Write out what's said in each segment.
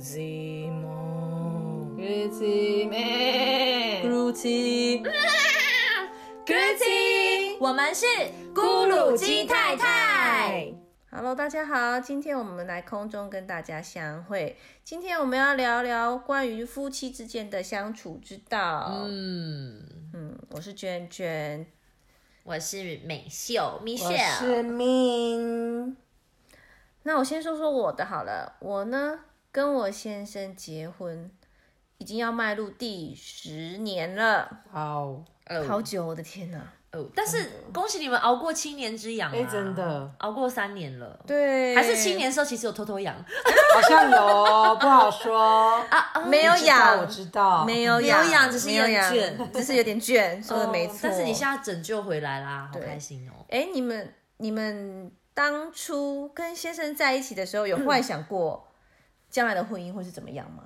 그루지모 그루지메 그루지 그루지 我们是咕噜鸡太太。Hello，大家好，今天我们来空中跟大家相会。今天我们要聊聊关于夫妻之间的相处之道。嗯嗯，我是娟娟。我是美秀我是 Michelle，命，那我先说说我的好了。我呢，跟我先生结婚已经要迈入第十年了，好，好哦久！我的天哪！哦，但是恭喜你们熬过七年之痒、啊，哎真的熬过三年了，，对，还是七年的时候其实有偷偷痒，啊好像有哦，不好说。 没有我知道养，我知道，没有没有养，养只是没有有点养倦，只是有点倦，说的嗯没哦错。但是你现在拯救回来啦，好开心哦！哎，你们你们当初跟先生在一起的时候， 有幻想过将来的婚姻会是怎么样吗？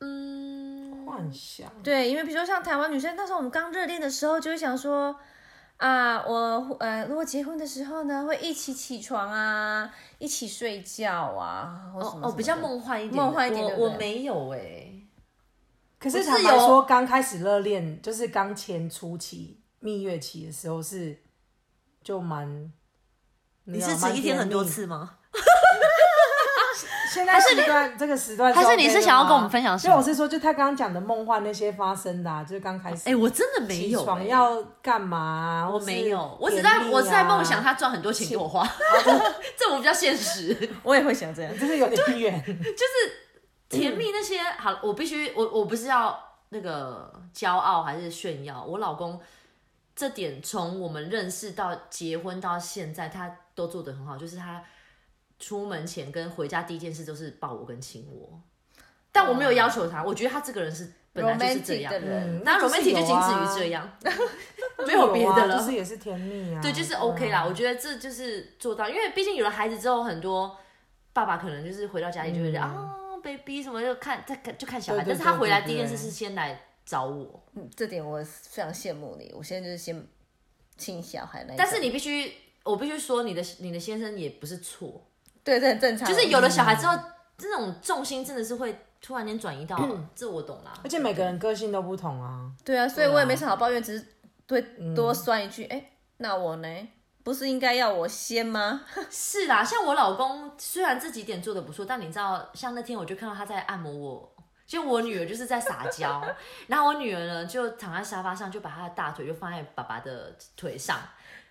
嗯，幻想。对，因为比如说像台湾女生，那时候我们刚热恋的时候，就会想说。啊，我呃，如果结婚的时候呢，会一起起床啊，一起睡觉啊，或哦什么什么哦，比较的梦幻一点的，梦幻一点对不我对我没有哎、可是我是坦白说，有刚开始热恋，就是刚签初期蜜月期的时候是就蛮。你你是指一天很多？次吗？蛮甜蜜现在时段这个时段 OK 的吗，还是你是想要跟我们分享什所以么我是说，就他刚刚讲的梦幻那些发生的、啊，就是刚开始。哎、我真的没有、起床欸，要干嘛啊、我或是没有，我只便在利我只在啊梦想，他赚很多钱给我花，啊 这我比较现实。我也会想这样。这是有点远。甜蜜那些好，我必须我我不是要那个骄傲还是炫耀，我老公这点从我们认识到结婚到现在，他都做得很好，就是他出门前跟回家第一件事都是抱我跟亲我，但我没有要求他，我觉得他这个人是本来就是这 romantic 样的。人，那就是 romantic 就仅有啊止于这 样，没有别的有啊了就。是也是甜蜜啊。对，就是 OK 啦。我觉得这就是做到，因为毕竟有了孩子之后，很多爸爸可能就是回到家里就会觉得、啊，baby 什么就看在看就看小孩，嗯对对但是他回来对对第一件事对是先来找我，嗯这点我非常羡慕你。我现在就是先亲小孩那一种，但是你必须，我必须说你的你的先生也不是错，对这很正嗯常，嗯就是有了小孩之后，这种重心真的是会突然间 转移到，这我懂啦。而且每个人个性都不同啊。对啊，所以我也没什么好抱怨，只是会多酸一句，哎、那我呢？不是应该要我先吗？是啦，像我老公虽然这几点做的不错，但你知道，像那天我就看到他在按摩我，就我女儿就是在撒娇，然后我女儿呢就躺在沙发上，就把她的大腿就放在爸爸的腿上，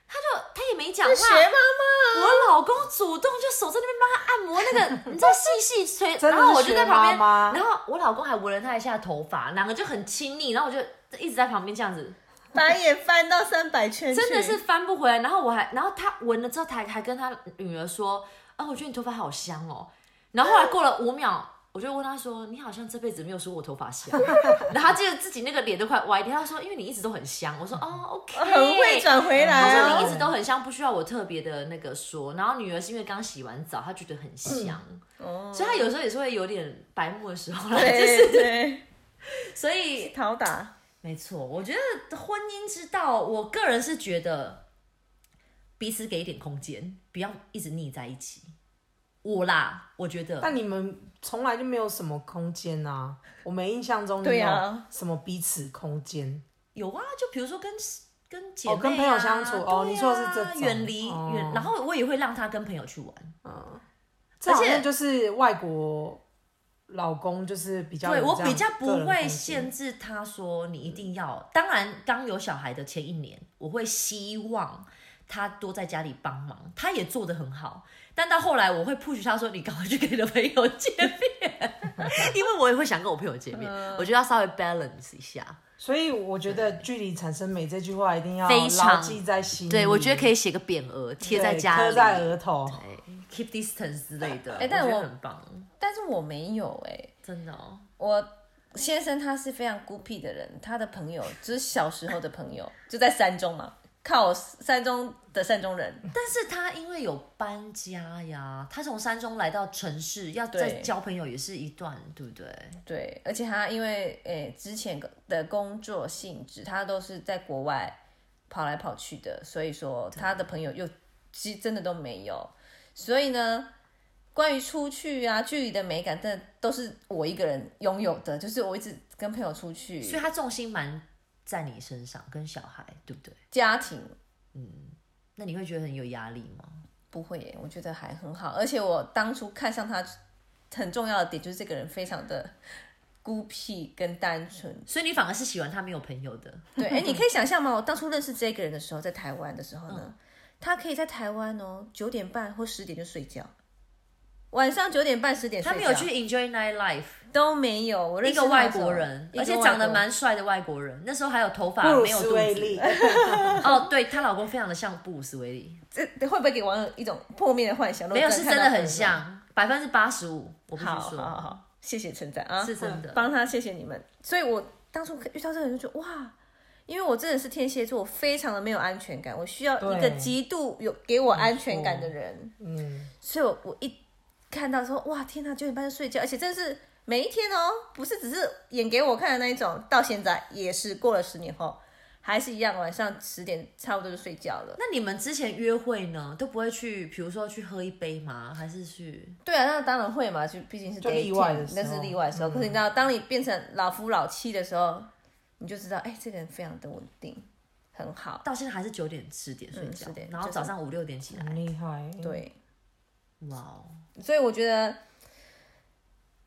他就他也没讲话，妈我老公主动就手在那边帮她按摩那个，你知道细细 吹，真的然是后我就在旁边，学妈妈然后我老公还闻了她一下头发，两个就很亲昵，然后我就一直在旁边这样子。翻也翻到三百圈去，真的是翻不回来。然后我还，然后他闻了之后，他还还跟他女儿说：“啊，我觉得你头发好香哦。”然后后来过了五秒，我就问他说：“你好像这辈子没有说我头发香。”然后他记得自己那个脸都快歪掉，他说：“因为你一直都很香。”我说：“哦，OK， 很会。”转回他来说：“哦嗯你一直都很香，不需要我特别的那个说。”然后女儿是因为刚洗完澡，她觉得很香，哦，所以她有时候也是会有点白目的时候 啦，就对是对，所以讨打没错，我觉得婚姻之道，我个人是觉得彼此给一点空间，不要一直腻在一起。我啦，我觉 得但你们从来就没有什么空间啊，我没印象中你对有啊什么彼此空间。有啊，就比如说跟跟姐妹、啊哦跟朋友相处哦对啊你说的是这种远离哦远，然后我也会让他跟朋友去玩。这而好且像就是外国老公就是比较对有我这样比较不个人空会间限制他说你一定要，当然刚有小孩的前一年，我会希望他多在家里帮忙，他也做得很好。但到后来，我会 push 他说你赶快去跟你的朋友见面， 因为我也会想跟我朋友见面，我觉得要稍微 balance 一下。所以我觉得距离产生美这句话一定要非常牢记在心里。对，我觉得可以以写个匾额贴在家刻里，在额头。哎 keep distance 之类的。哎但我觉得我很棒，但是我没有哎、真的哦。我先生他是非常孤僻的人，他的朋友就是小时候的朋友， 就在山中嘛，靠山中的山中人，但是他因为有搬家呀，他从山中来到城市，要再对嗯交朋友也是一段，对不对？对，而且他因为诶、之前的工作性质，他都是在国外跑来跑去的，所以说他的朋友又其实真的都没有。所以呢，关于出去啊距离的美感，真的都是我一个人拥有的，就是我一直跟朋友出去，所以他重心蛮在你身上，跟小孩，对不对？家庭那你会觉得很有压力吗？不会耶，我觉得还很好。而且我当初看上他很重要的点就是这个人非常的孤僻跟单纯。所以你反而是喜欢他没有朋友的，对，哎，你可以想象吗？我当初认识这个人的时候，在台湾的时候呢，嗯他可以在台湾哦，九点半或十点就睡觉，晚上九点半十点睡他觉，没有去 enjoy night life，都没有。我认一识他个的外时候国人，一个而且外长得国蛮帅的外国人，那时候还有头发布鲁没有斯肚威子利，。哦，对，她老公非常的像布鲁斯威利， 这会不会给网友一种破灭的幻想？没有是真的很像。像，百分之八十五，我不好说，好好，谢谢称赞啊，是真的。帮他谢谢你们。所以我当初遇到这个人就觉得哇，因为我真的是天蝎座，我非常的没有安全感，我需要一个对极度有给我安全感的人。 嗯，所以我我一看到说哇天哪，九点半就睡觉，而且真的是每一天哦，不是只是演给我看的那一种，到现在也是过了十年后。还是一样，晚上十点差不多就睡觉了。那你们之前约会呢，都不会去，比如说去喝一杯吗？还是去？对啊，那当然会嘛，就毕竟是就例外的 dating，时那候嗯是例外的时候。可是你知道，当你变成老夫老妻的时候，你就知道，哎、这个人非常的稳定，很好。到现在还是九点十点睡觉嗯10点，然后就是早上五六点起来很，厉害。，对，哇哦，嗯所以我觉得，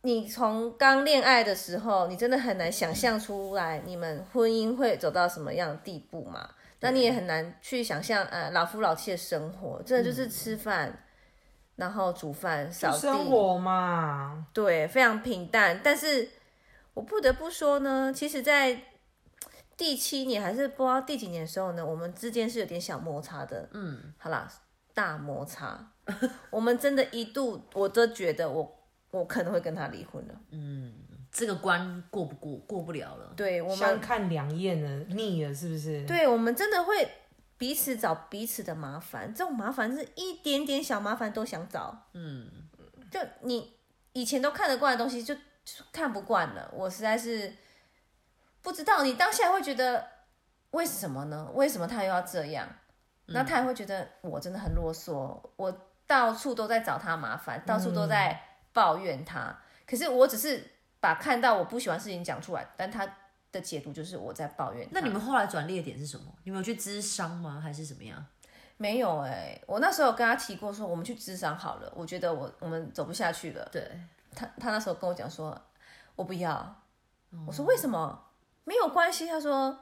你从刚恋爱的时候，你真的很难想象出来你们婚姻会走到什么样的地步嘛？那你也很难去想象，呃，老夫老妻的生活，真的就是吃饭，然后煮饭、扫地，嗯生活嘛，对，非常平淡。但是我不得不说呢，其实，在第七年还是不知道第几年的时候呢，我们之间是有点小摩擦的。嗯，好啦，大摩擦，我们真的一度我都觉得我我可能会跟他离婚了。这个关过不过过不了了。对我相们，看两厌了，腻了是不是？，对我们真的会。彼此找彼此的麻烦，这种麻烦是一点点小麻烦都想找。嗯，就你以前都看得惯的东西就，就看不惯了。我实在是不知道，你当下会觉得为什么呢？为什么他又要这样？嗯那他也会觉得我真的很啰嗦，我到处都在找他麻烦，到处都在抱怨他。可是我只是把看到我不喜欢的事情讲出来，但他的解读就是我在抱怨他。那你们后来转捩点是什么？你们有去咨商吗？还是怎么样？没有哎、我那时候有跟他提过说，我们去智商好了，我觉得我我们走不下去了。对，他他那时候跟我讲说，我不要。我说为什么？没有关系。他说，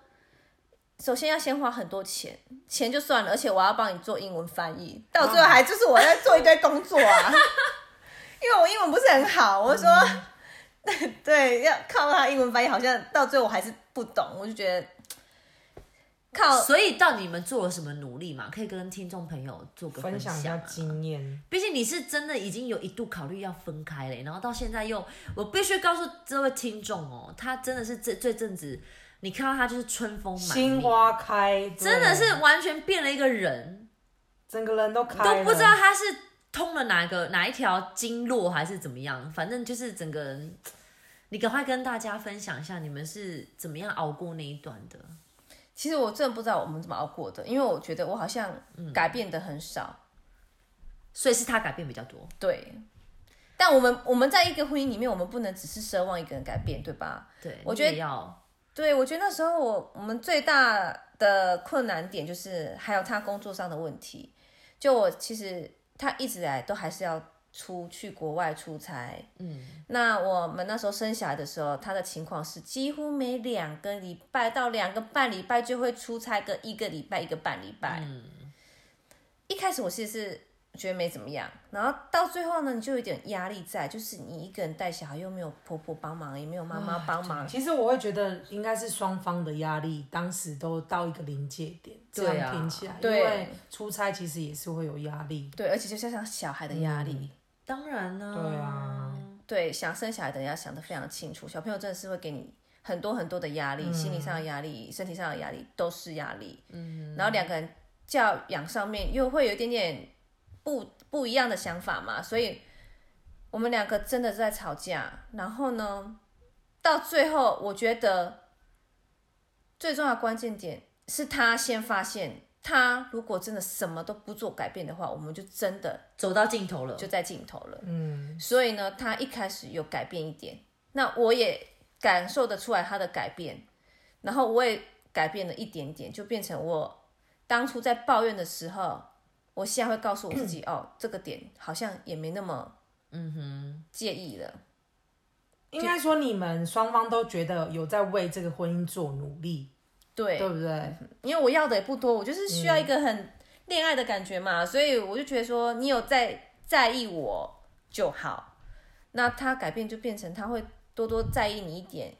首先要先花很多钱，钱就算了，而且我要帮你做英文翻译，到最后还就是我在做一堆工作啊，因为我英文不是很好。我就说， 对，要靠他英文翻译，好像到最后我还是不懂，我就觉得靠所以到底你们做了什么努力嘛？可以跟听众朋友做个分享享一下啊经验。毕竟你是真的已经有一度考虑要分开嘞，然后到现在又，我必须告诉这位听众哦，他真的是这这阵子，你看到他就是春风满面心，花开，对真的是完全变了一个人，整个人都开了，都不知道他是通了哪个哪一条经络还是怎么样，反正就是整个人，你赶快跟大家分享一下你们是怎么样熬过那一段的。其实我真的不知道我们怎么熬过的，因为我觉得我好像改变的很少。所以是他改变比较多，对，但我们我们在一个婚姻里面，我们不能只是奢望一个人改变，对吧？对，我觉得你也要对，我觉得那时候我我们最大的困难点就是还有他工作上的问题。就我其实他一直以来都还是要出去国外出差，嗯，那我们那时候生小孩的时候，他的情况是几乎每两个礼拜到两个半礼拜就会出差个一个礼拜一个半礼拜，嗯，一开始我其实是觉得没怎么样，然后到最后呢，你就有点压力在，就是你一个人带小孩，又没有婆婆帮忙，也没有妈妈啊帮忙，其实我会觉得应该是双方的压力，当时都到一个临界点，这对啊样听起来，因对为出差其实也是会有压力。对，而且就加上小孩的压力，当然呢、对啊，对，想生小孩的人要想得非常清楚，小朋友真的是会给你很多很多的压力，心理上的压力、身体上的压力都是压力，嗯，然后两个人教养上面又会有一点点不不一样的想法嘛，所以我们两个真的是在吵架，然后呢，到最后我觉得最重要的关键点是他先发现他如果真的什么都不做改变的话，我们就真的走到尽头了，就在尽头了。嗯，所以呢，他一开始有改变一点，那我也感受得出来他的改变，然后我也改变了一点点，就变成我当初在抱怨的时候，我现在会告诉我自己，哦，这个点好像也没那么，嗯哼，介意了。应该说你们双方都觉得有在为这个婚姻做努力，对，对不对？嗯因为我要的也不多，我就是需要一个很恋爱的感觉嘛，所以我就觉得说你有在在意我就好。那他改变就变成他会多多在意你一点，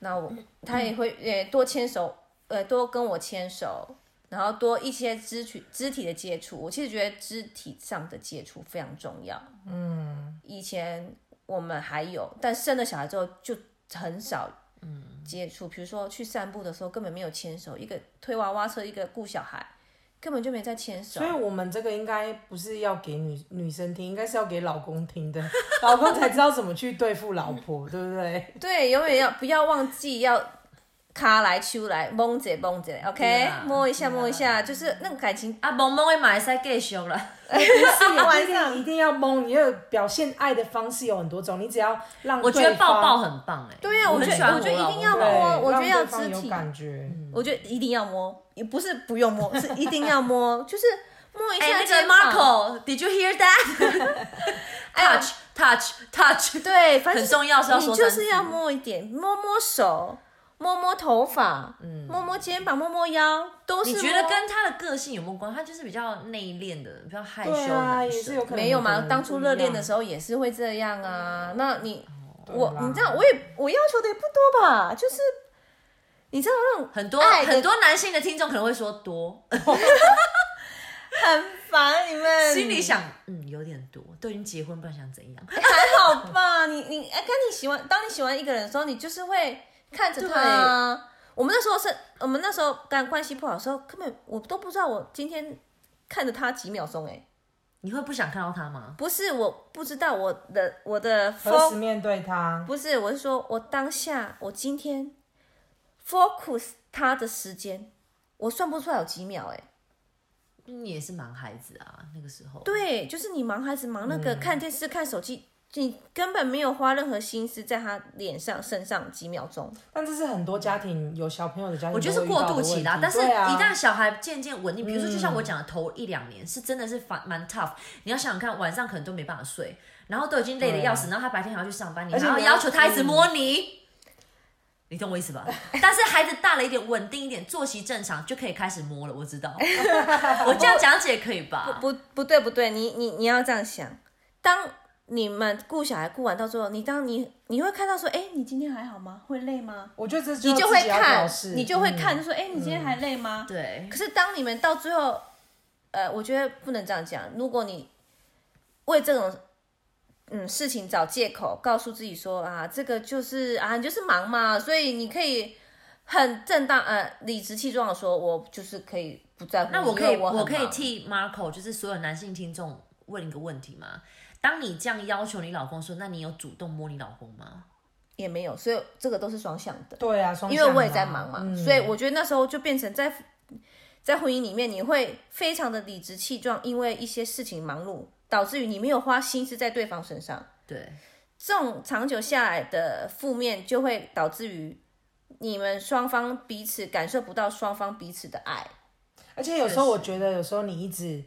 那我他也嗯会呃多牵手，呃多跟我牵手，然后多一些肢体肢体的接触。我其实觉得肢体上的接触非常重要。嗯，以前我们还有，但生了小孩之后就很少接触，比如说去散步的时候根本没有牵手，一个推娃娃车，一个顾小孩，根本就没在牵手所以。我们这个应该不是要给女女生听，应该是要给老公听的， 老公才知道怎么去对付老嗯婆，对不对？对，永远要不要忘记要卡来秋来蒙着蒙着对，OK，啦摸一下摸一下，就是那种感情。啊，萌萌会买晒继续啦， 晚上一定要蒙，你要表现爱的方式有很多种，你只要让我觉得对抱方抱很棒哎、对啊我我很觉得喜欢我觉得我老一定公要啊抱对摸我觉得要让对方肢有体感觉，嗯我觉得一定要摸，也不是不 用摸，是一定要摸，就是摸一哎、下那个肩膀。 Marco，Did you hear that？touch touch touch，对，反正很重要是要说你三就次是要摸一点，摸摸手，摸摸头发，嗯，摸摸肩膀，摸摸腰，哦都是你摸。觉得跟他的个性有没有关？他就是比较内敛的，比较害羞的对啊，男也是生。有可能没有嘛？当初热恋的候，时候也是会这样哦啊。那你我啦你知道，我也我要求的也不多吧，就是你知道那种很多爱的很多男性的听众可能会说多，很烦你们，心里想嗯有点多，都已经结婚，不然想怎样？还好吧？ 你你哎，跟你喜欢，当你喜欢一个人的时候，你就是会看着他啊。我们那时候是，我们那时候刚关系不好的时候，根本我都不知道我今天看着他几秒钟哎、你会不想看到他吗？不是我不知道我的我的何时 focus 面对他？不是，我是说我当下我今天 focus 他的时间，我算不出来有几秒哎、你也是蛮孩子啊，那个时候。对，就是你忙孩子忙那个、嗯看电视看手机，你根本没有花任何心思在他脸上身上几秒钟。但这是很多家庭有小朋友的家庭，我觉得是过渡期啦，但是一对啊旦小孩渐渐稳定，比如说就像我讲的头一两年是真的是蛮蛮 tough，你要想想看，晚上可能都没办法睡，然后都已经累得要死，然后他白天还要去上班，你而且还要你要要求他一直摸你，你懂我意思吧？但是孩子大了一点，稳定一点，作息正常就可以开始摸了，我知道，我这样讲解可以啊吧？不不对不对，你你你要这样想，当你们顾小孩顾完到最后，你当你你会看到说，哎，你今天还好吗？会累吗？我觉得这你就就会自己要嗯看表，示你就会看，就说，哎，你今天还累吗？对可，是当你们到最后，呃，我觉得不能这样讲。如果你为这种嗯事情找借口，告诉自己说啊，这个就是啊，你就是忙嘛，所以你可以很正当呃理直气壮的说，我就是可以不在乎你。那我可以因为我我很可以忙替 Marco 就是所有男性听众问一个问题吗？当你这样要求你老公说，那你有主动摸你老公吗？也没有，所以这个都是双向的。对啊，双因向为我也啊在忙嘛，嗯所以我觉得那时候就变成在在婚姻里面，你会非常的理直气壮，因为一些事情忙碌，导致于你没有花心思在对方身上。对。这种长久下来的负面，就会导致于你们双方彼此感受不到双方彼此的爱。而且有时候我觉得，有时候你一直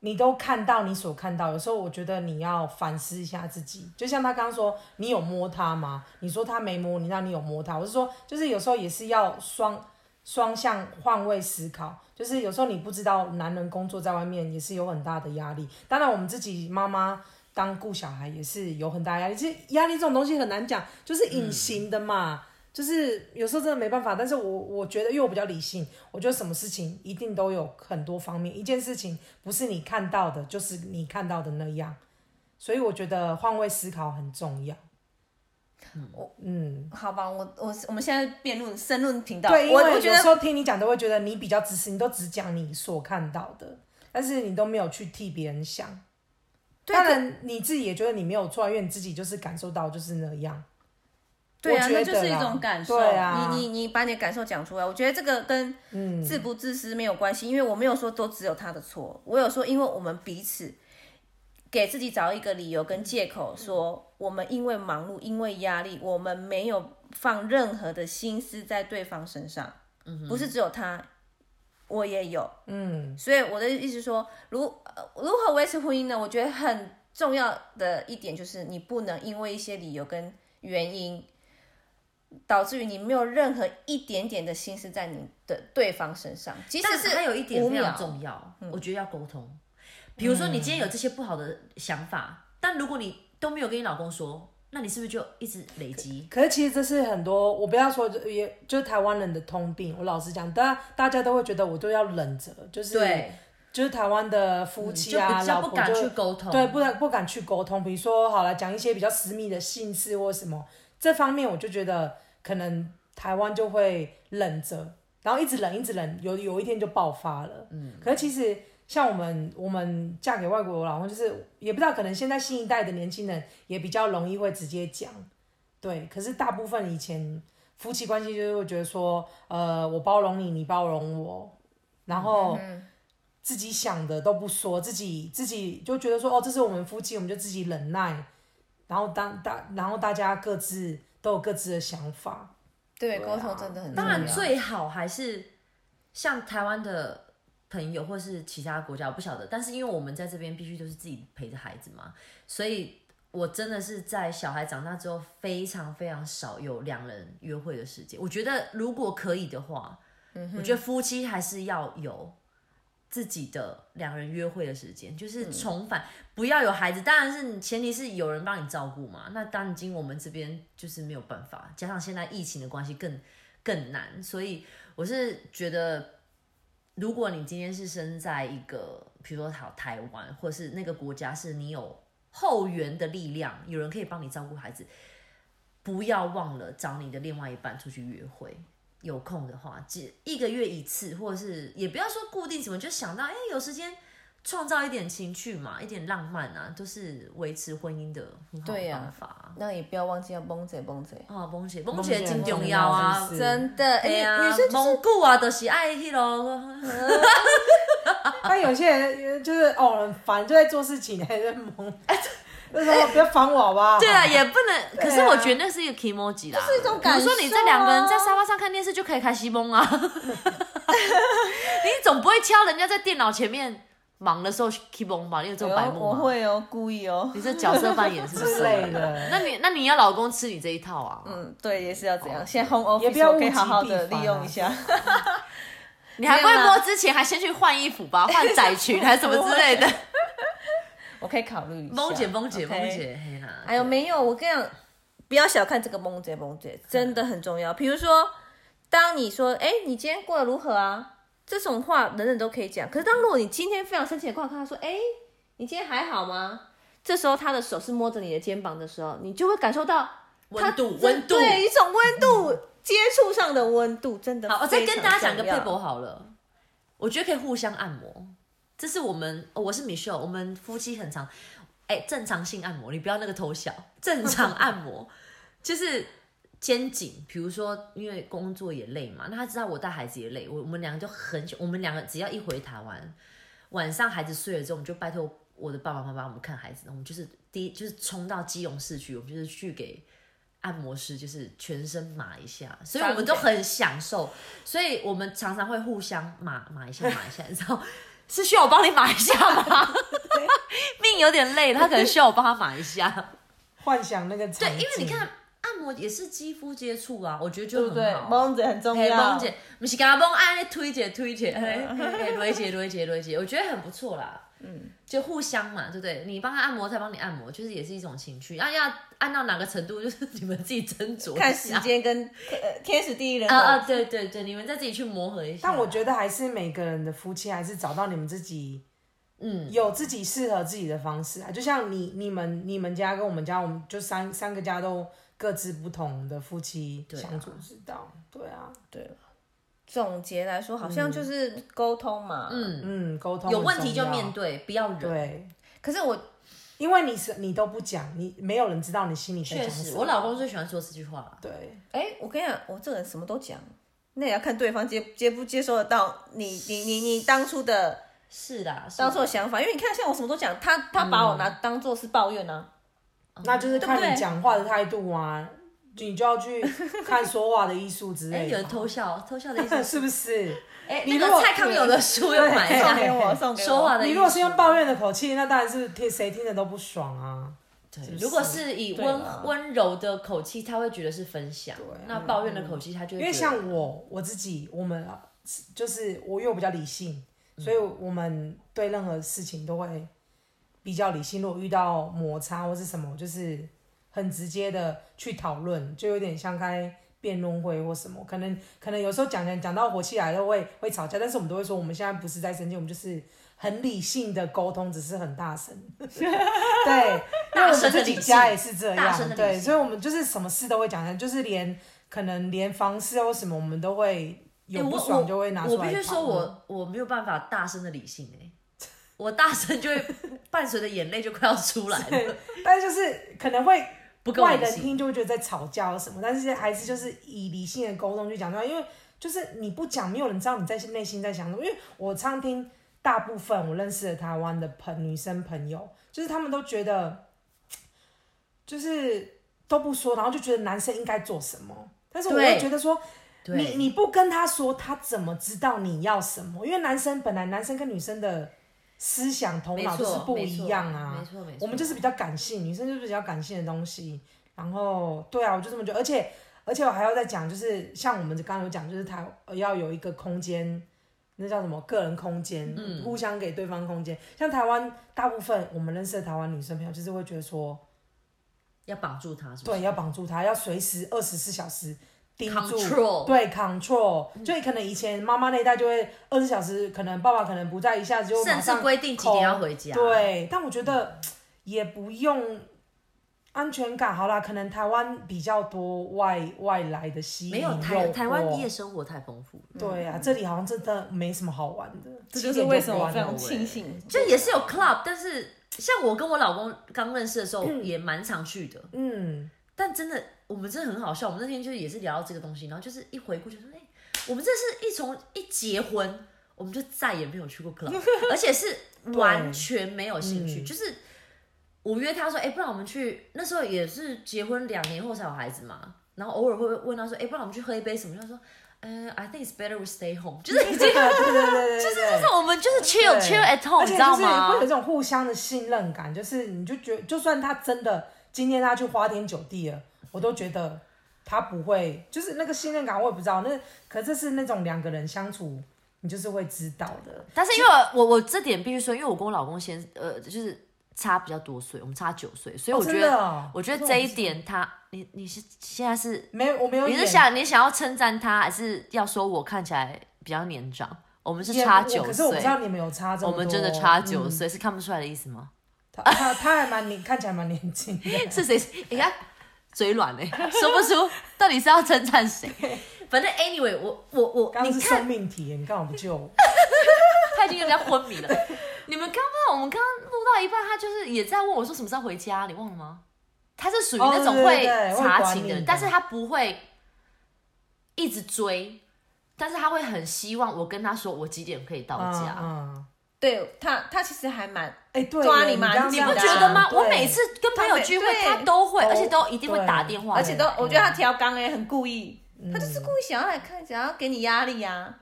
你都看到你所看到，有时候我觉得你要反思一下自己。就像他刚刚说，你有摸他吗？你说他没摸你，那你有摸他？我是说，就是有时候也是要双双向换位思考。就是有时候你不知道，男人工作在外面也是有很大的压力。当然，我们自己妈妈当顾小孩也是有很大压力。其实压力这种东西很难讲，就是隐形的嘛。就是有时候真的没办法，但是我我觉得，因为我比较理性，我觉得什么事情一定都有很多方面，一件事情不是你看到的，就是你看到的那样，所以我觉得换位思考很重要。嗯好吧，我我我们现在辩论申论频道，对，因我为我有觉时得候听你讲都会觉得你比较自私，你都只讲你所看到的，但是你都没有去替别人想。对当然你自己也觉得你没有错，因为你自己就是感受到就是那样。对啊，我觉那得就是一啦种感受。对啊你你你把你的感受讲出来，我觉得这个跟嗯，自不自私没有关系，因为我没有说都只有他的错，我有说因为我们彼此给自己找一个理由跟借口，说我们因为忙碌，因为压力，我们没有放任何的心思在对方身上，不是只有他，我也有。嗯，所以我的意思说，如、呃如何维持婚姻呢？我觉得很重要的一点就是，你不能因为一些理由跟原因，导致于你没有任何一点点的心思在你的对方身上，即使但是还有一点五非秒常重要，我觉得要沟通。比如说你今天有这些不好的想法，但如果你都没有跟你老公说，那你是不是就一直累积？可是其实这是很多，我不要说，也就是台湾人的通病。我老实讲，大大家都会觉得我都要忍着，就是对，嗯就是台湾的夫就妻啊，比较老不婆敢去就沟通。对，不敢不敢去沟通。比如说，好了，讲一些比较私密的性事或什么，这方面我就觉得可能台湾就会忍着，然后一直忍，一直忍，有有一天就爆发了。嗯，可是其实像我们我们嫁给外国老公，就是也不知道，可能现在新一代的年轻人也比较容易会直接讲，对。可是大部分以前夫妻关系就是会觉得说，呃，我包容你，你包容我，然后。自己想的都不说，自己自己就觉得说，哦，这是我们夫妻，我们就自己忍耐，然后当大，然后大家各自都有各自的想 法，对沟通真的很重啊当要。然最好还是像台湾的朋友或是其他国家，我不晓得。但是因为我们在这边必须都是自己陪着孩子嘛，所以我真的是在小孩长大之后，非常非常少有两人约会的时间。我觉得如果可以的话，嗯我觉得夫妻还是要有。自己的两人约会的时间，就是重返，不要有孩子。当然是前提是有人帮你照顾嘛。那当今我们这边就是没有办法，加上现在疫情的关系更更难，所以我是觉得，如果你今天是身在一个，比如说好台湾，或者是那个国家，是你有后援的力量，有人可以帮你照顾孩子，不要忘了找你的另外一半出去约会。有空的话，只一个月一次，或者是也不要说固定什么，就想到哎、有时间创造一点情趣嘛，一点浪漫啊，都是维持婚姻的很好对的呀方法啊。那也不要忘记要崩贼崩贼，啊，崩姐，崩姐姐真很重重要要啊是！真的，哎、哎呀女生，就是蒙古啊，就是爱迄咯。啊但有些人呃就是哦很烦，就在做事情还在懵， 那时候不要烦我好不好？哎对啊，也不能。可是我觉得那是一个 emoji 啦，就是一种感比受啊如说你这两个人在沙发上看电视就可以开西蒙 啊，你总不会敲人家在电脑前面忙的时候 k e 吧？你有这种白我目我吗？会哦，故意哦，你这角色扮演是 不之是？类的那你那你要老公吃你这一套啊？嗯，对，也是要怎样，现在 home office 也不要我可以物极好好的必反啊利用一下。你还没有啊会啦摸之前还先去换衣服吧，换窄裙还是什么之 类的？我可以考虑一下。 蒙姐，蒙姐， OK 蒙姐，嘿啦！哎呦，没有，我跟你讲，不要小看这个蒙姐蒙姐，真的很重嗯要。比如说，当你说“哎、你今天过得如何啊”这种话，人人都可以讲。可是，当如果你今天非常生气的看他说“哎、你今天还好吗”，这时候他的手是摸着你的肩膀的时候，你就会感受到他温度这温度嗯对一种温度。接触上的温度真的好，我再跟大家讲个非常 paper 重要好了，我觉得可以互相按摩。这是我们，哦我是 Michelle，我们夫妻很常，哎、正常性按摩，你不要那个偷笑，正常按摩就是肩颈，比如说因为工作也累嘛，那他知道我带孩子也累，我我们两个就很喜，我们两个只要一回台湾，晚上孩子睡了之后，我们就拜托我的爸爸妈妈帮我们看孩子，我们就是第一就是冲到基隆市区，我们就是去给按摩师就是全身麻一下，所以我们都很享受，所以我们常常会互相麻麻一下麻一下，你知道。是需要我帮你麻一下吗？ 命有点累，他可能需要我帮他麻一下。幻想那个对对，因为你看，按摩也是肌肤接触啊，我觉得对就不对很？啊好。蒙姐很重嘿，要。帮姐，不是给他帮按推姐推姐，嘿， 嘿推姐推姐推姐，我觉得很不错啦。嗯，就互相嘛，对不对？你帮他按摩，他帮你按摩，就是也是一种情趣。啊，要按到哪个程度，就是你们自己斟酌一下看时。间跟呃天时地利人和啊啊，对对对，你们再自己去磨合一下。但我觉得还是每个人的夫妻还是找到你们自己，嗯，有自己适合自己的方式啊。就像你、你们、你们家跟我们家，我们就三三个家都各自不同的夫妻啊相处之道。对啊，对，总结来说，好像就是沟通嘛。嗯，嗯，嗯，沟通有很问题就重要面对，不要忍。对，可是我因为你是你都不讲，你没有人知道你心里在确讲什实，么。我老公最喜欢说这句话了。对，哎、我跟你讲，我这个人什么都讲，那也要看对方接接不接受得到你你你你当初的是啦，是啦当初的想法，因为你看，像我什么都讲，他他把我拿嗯当做是抱怨啊，那就是看对不对你讲话的态度啊，你就要去看说话的艺术之哎、类有人的，偷笑，偷笑的 意思。是不是？哎、你如那个果蔡康永的书要买一送下。给我，送给 我。说话的你艺如术果是用抱怨的口气，那当然是听谁听着都不爽啊。对如果是以对啦温温柔的口气，他会觉得是分享；那抱怨的口气，他就会嗯因为觉得哎像我我自己，我们就是我因为我比较理性，所以嗯我们对任何事情都会比较理性。如果遇到摩擦或是什么，就是很直接的去讨论，就有点像开辩论会或什么。可能可能有时候讲讲讲到火气来都会会吵架，但是我们都会说我们现在不是在生气，我们就是。很理性的沟通，只是很大声。 对， 因为大我声们的自理己性家也是这大声样，的对，理性所以我们就是什么事都会讲，就是连可能连房事或什么，我们都会有哎不我爽我就会拿出我来、必须说我，我没有办法大声的理性哎、我大声就会伴随着眼泪就快要出来了，但是就是可能会不够外理人性。听就会觉得在吵架或什么，但是还是就是以理性的沟通去讲出来，因为就是你不讲，没有人知道你在内心在想什么。因为我常听大部分我认识的台湾的朋女生朋友，就是他们都觉得，就是都不说，然后就觉得男生应该做什么，但是我对会觉得说。你对，你不跟他说，他怎么知道你要什么？因为男生本来男生跟女生的思想头没脑就是错，不没一错样啊。没错没错，我们就是比较感性，女生就是比较感性的东西。然后，对啊，我就这么觉得。而且，而且我还要再讲，就是像我们刚刚有讲，就是他要有一个空间，那叫什么个人空间，嗯互相给对方空间。像台湾大部分我们认识的台湾女生朋友，就是会觉得说，要绑住他，是不是？对，要绑住他，要随时二十四小时盯住 Control 嗯对，control。就可能以前妈妈那一代就会二十小时，可能爸爸可能不在，一下子就马甚至上规定几点要回家。，对，但我觉得也不用安全感。好啦，可能台湾比较多外外来的吸引，没有台台湾夜嗯也生活太丰富了，对啊，这里好像真的没什么好玩的。 这七就是点为什么我关非常了庆幸，就也是有 club，但是像我跟我老公刚认识的时候也蛮常去的，嗯，但真的我们真的很好笑，我们那天就是也是聊到这个东西，然后就是一回顾就说，哎、我们这是一从一结婚。我们就再也没有去 过 club，而且是完全没有兴趣。嗯就是我约他说，哎、不然我们去，那时候也是结婚两年后才有孩子嘛，然后偶尔会问他说，哎、不然我们去喝一杯什么？他说，嗯、i think it's better we stay home，就是已经对对对对对，就是那我们就是 chill 对 chill at home，而哦你且就知道是吗会有？这种互相的信任感，就是你就觉就算他真的今天他去花天酒地了，我都觉得他不会，就是那个信任感我也不知道，那可这是那种两个人相处，你就是会知道的。但是因为我我这点必须说，因为我跟我老公先呃就是差比较多岁，我们差九岁，所以我觉真得、的哦我觉得这一点他你你是现在是没有，我没有你演。是想你想要称赞他，还是要说我看起来比较年长？我们是也差我九可是我不岁哦知，道你们有差这我么们多真的差九岁、是看不出来的意思吗？嗯 他他他还蛮年，看起来蛮年轻的。是谁？你看嘴软嘞、 说不出到底是要称 赞谁。反正 anyway，我我我，刚刚你是看生命体验，你干嘛不救我？他已经有点昏迷了。你们刚刚我们刚刚录到一半，他就是也在问我说什么时候回家，你忘了吗？他是属于那种哦对对会对查会管情的你人，的但是他不会一直追，但是他会很希望我跟他说我几点可以到家。啊！对他他其实还蛮哎，对耶，抓你嘛嘛，你你这样不的觉啊得吗？对我每次跟朋友聚会，对他都会，都而且都一定会打电话的，而且都，我觉得他嗯调岗也很故意，他就是故意想要来看，想要给你压力啊呀、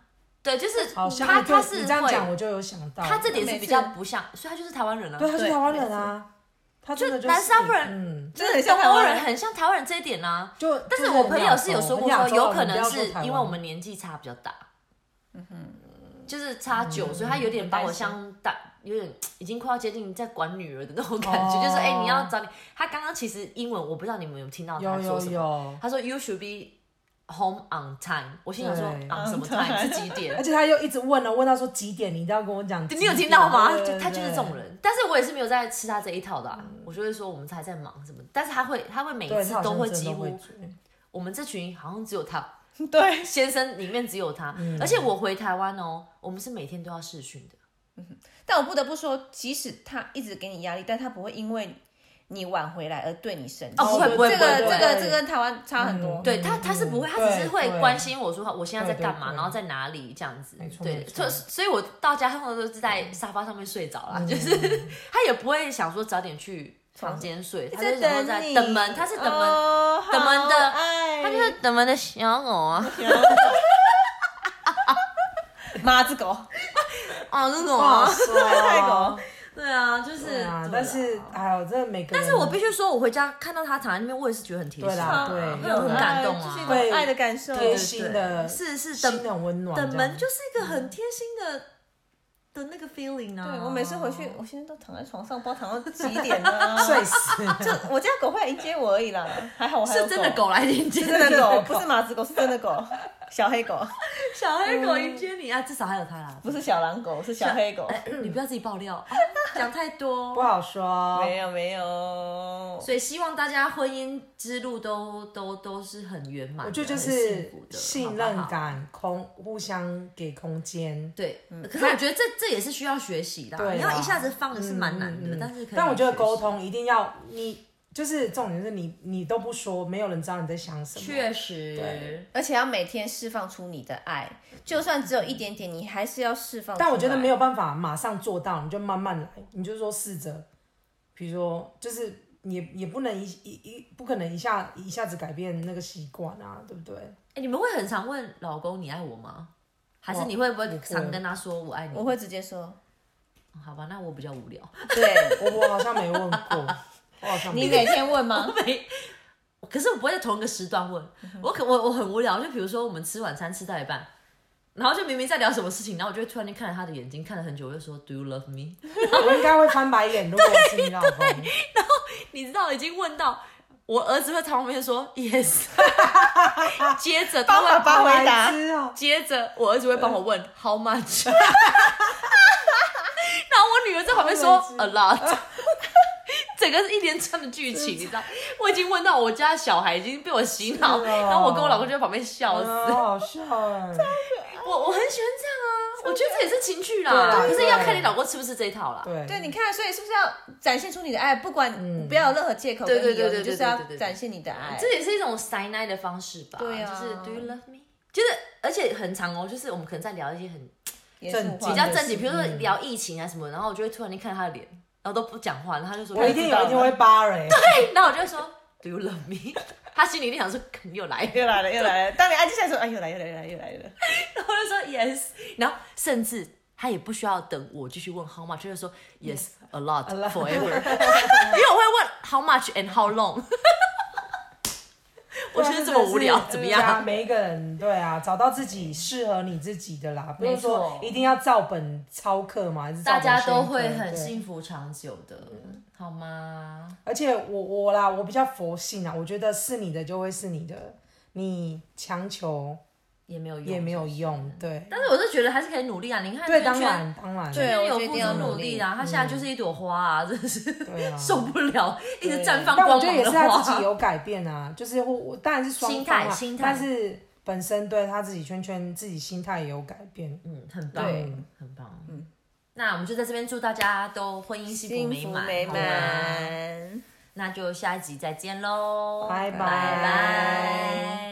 对，就是好像他对他是你这样讲，会，我就有想到他这点是每比次较不像，所以他就是台湾人啊。对，他是对台湾人啊，他真的就就是南沙夫人嗯，真的很像台东欧湾人人。很像台湾人这一点啊。就但是就我很朋亚友是有洲说过很亚说，洲有啊可你不能要是说台因为湾嗯我们年纪差比较大，就是差九岁，他有点把我像大，有点已经快要接近在管女儿的那种感觉，哦就是哎，你要找你。他刚刚其实英文我不知道你们有听到他有说有什么，有，他说 You should be home on time，我心想说对 on 什么 On time time 是几点 而？且他又一直问啊了，问到说几点，你一定要跟我讲几你点。有听到吗？对就他就是这对种。对人，但是我也是没有在吃他这一套的、啊。我就会说我们才在忙什么，但是他会，他会每一对，次他好像都会真的几乎，追我们这群好像只有他对，先生里面只有他，而且我回台湾哦，我们是每天都要视讯的，但我不得不说，即使他一直给你压力，但他不会因为你晚回来而对你生气。哦不会不会这个不会不这会个这个跟台湾差很多。嗯对他，他是不会，他只是会对对关心我说我现在在干对嘛，对对然后在哪里这样子没。错没对，错所所以，我到家通常都是在沙发上面睡着啦，就是 他也不会想说早点去房间睡，他就在是想说在你等门，他是等门，哦等门的好爱他就是等门的小狗啊，妈子狗，哦，这种 哇啊，塞，太狗。对啊，就是对啊，对但啦是哎呦，真的每个人，但是我必须说，我回家看到他躺在那边，我也是觉得很贴对心，嗯啦对啊会很感动就是一啊，种爱的感受。贴心的，是是心等的温暖这样，等门就是一个很贴心的的那个 feeling 啊。对我每次回去，我现在都躺在床上，不知道躺到几点了。啊 啊睡死。我家狗会来迎接我而已啦，还好我还有是真的，狗来迎接，是真的狗，狗不是马子狗，是真的狗，小黑狗，小黑狗迎接嗯你啊，至少还有它啦。不是小狼狗，是小黑狗。哎，你不要自己爆 料，啊讲太不多。好说，没有没有，所以希望大家婚姻之路都都都是很圆满的，我觉得就很是幸福的信好任不好感，空互相给空间。对，可是我觉得这这也是需要学习的啊，嗯对你啦要一下子放是蛮难嗯的嗯，但是可以但我觉得学习沟通一定要你，就是重点是你你都不说，没有人知道你在想什么。确实，而且要每天释放出你的爱，就算只有一点点，你还是要释放。但我觉得没有，有办法马上做到，你就慢慢来，你就说试着，比如说就是也也不能一一一不可能一下一下子改变那个习惯啊，对不对？哎，你们会很常问老公你爱我吗？还是你会不会常跟他说我爱你？我会直接说，好吧，那我比较无聊。对我我好像没问 过，我好像没你每天问吗？没，可是我不会在同一个时段问。我可我我很无聊，就比如说我们吃晚餐吃到一半，然后就明明在聊什么事情，然后我就会突然间看着他的眼睛，看了很久，我就说 Do you love me？ 我应该会翻白眼，如果我是你老公， 你知道已经问到。我儿子会在旁边说 yes，接着他 帮会爸爸回答白，痴哦接着我儿子会帮我嗯问 how much，然后我女儿在旁边说 a lot，整个是一连串的剧情，你知道？我已经问到我家小孩已经被我洗脑，是哦然后我跟我老公就在旁边笑死。嗯好笑哎，我我很喜欢这样啊，我觉得这也是情趣对啦，啦可是要看你老公吃不吃这一套啦。对 对，你看，所以是不是要展现出你的爱？不管不要有任何借口跟对理由，对对对你对就是要对对对展现你的爱。这也是一种塞奶的方式吧，对啊就是 Do you love me？就是而且很长哦，就是我们可能在聊一些很严肃正话比较真正经，比如说嗯聊疫情啊什么，然后我就会突然间看他的脸，然后都不讲话，然后他就说我一定有一天会扒人，然后我就会说 Do you love me？他 心里一定想说，你又来了， 又来了，又来了。当你安静下来的时候，哎，又来，又来，又来，又来了。然后我就说 Yes，然后甚至他也不需要等我继续问 How much，他就说 Yes a lot lot forever，因为我会问 How much and How long。我觉得这么无聊，怎么对啊样？每一个人对啊，找到自己适合你自己的啦，不没是错说一定要照本抄课嘛，还是照大本家宣都科会很对幸福长久的，好吗？而且我我啦，我比较佛性啊，我觉得是你的就会是你的，你强求也没有用，也没有。用，对但是啊我是觉得还是可以努力啊！你看，对，当，然当然，对有我觉得一付定要出努努力啊！他现在就是一朵花啊，真的是对啊 受不了，一直对绽放但我光觉得芒也的是他花。自己有改变啊，就是我我当然是双心方态啊心态但是本身对他自己圈圈自己心态也有改变，嗯，很棒对，很棒。嗯，那我们就在这边祝大家都婚姻幸福幸美福满，美好吗？满。那就下一集再见喽，拜拜拜拜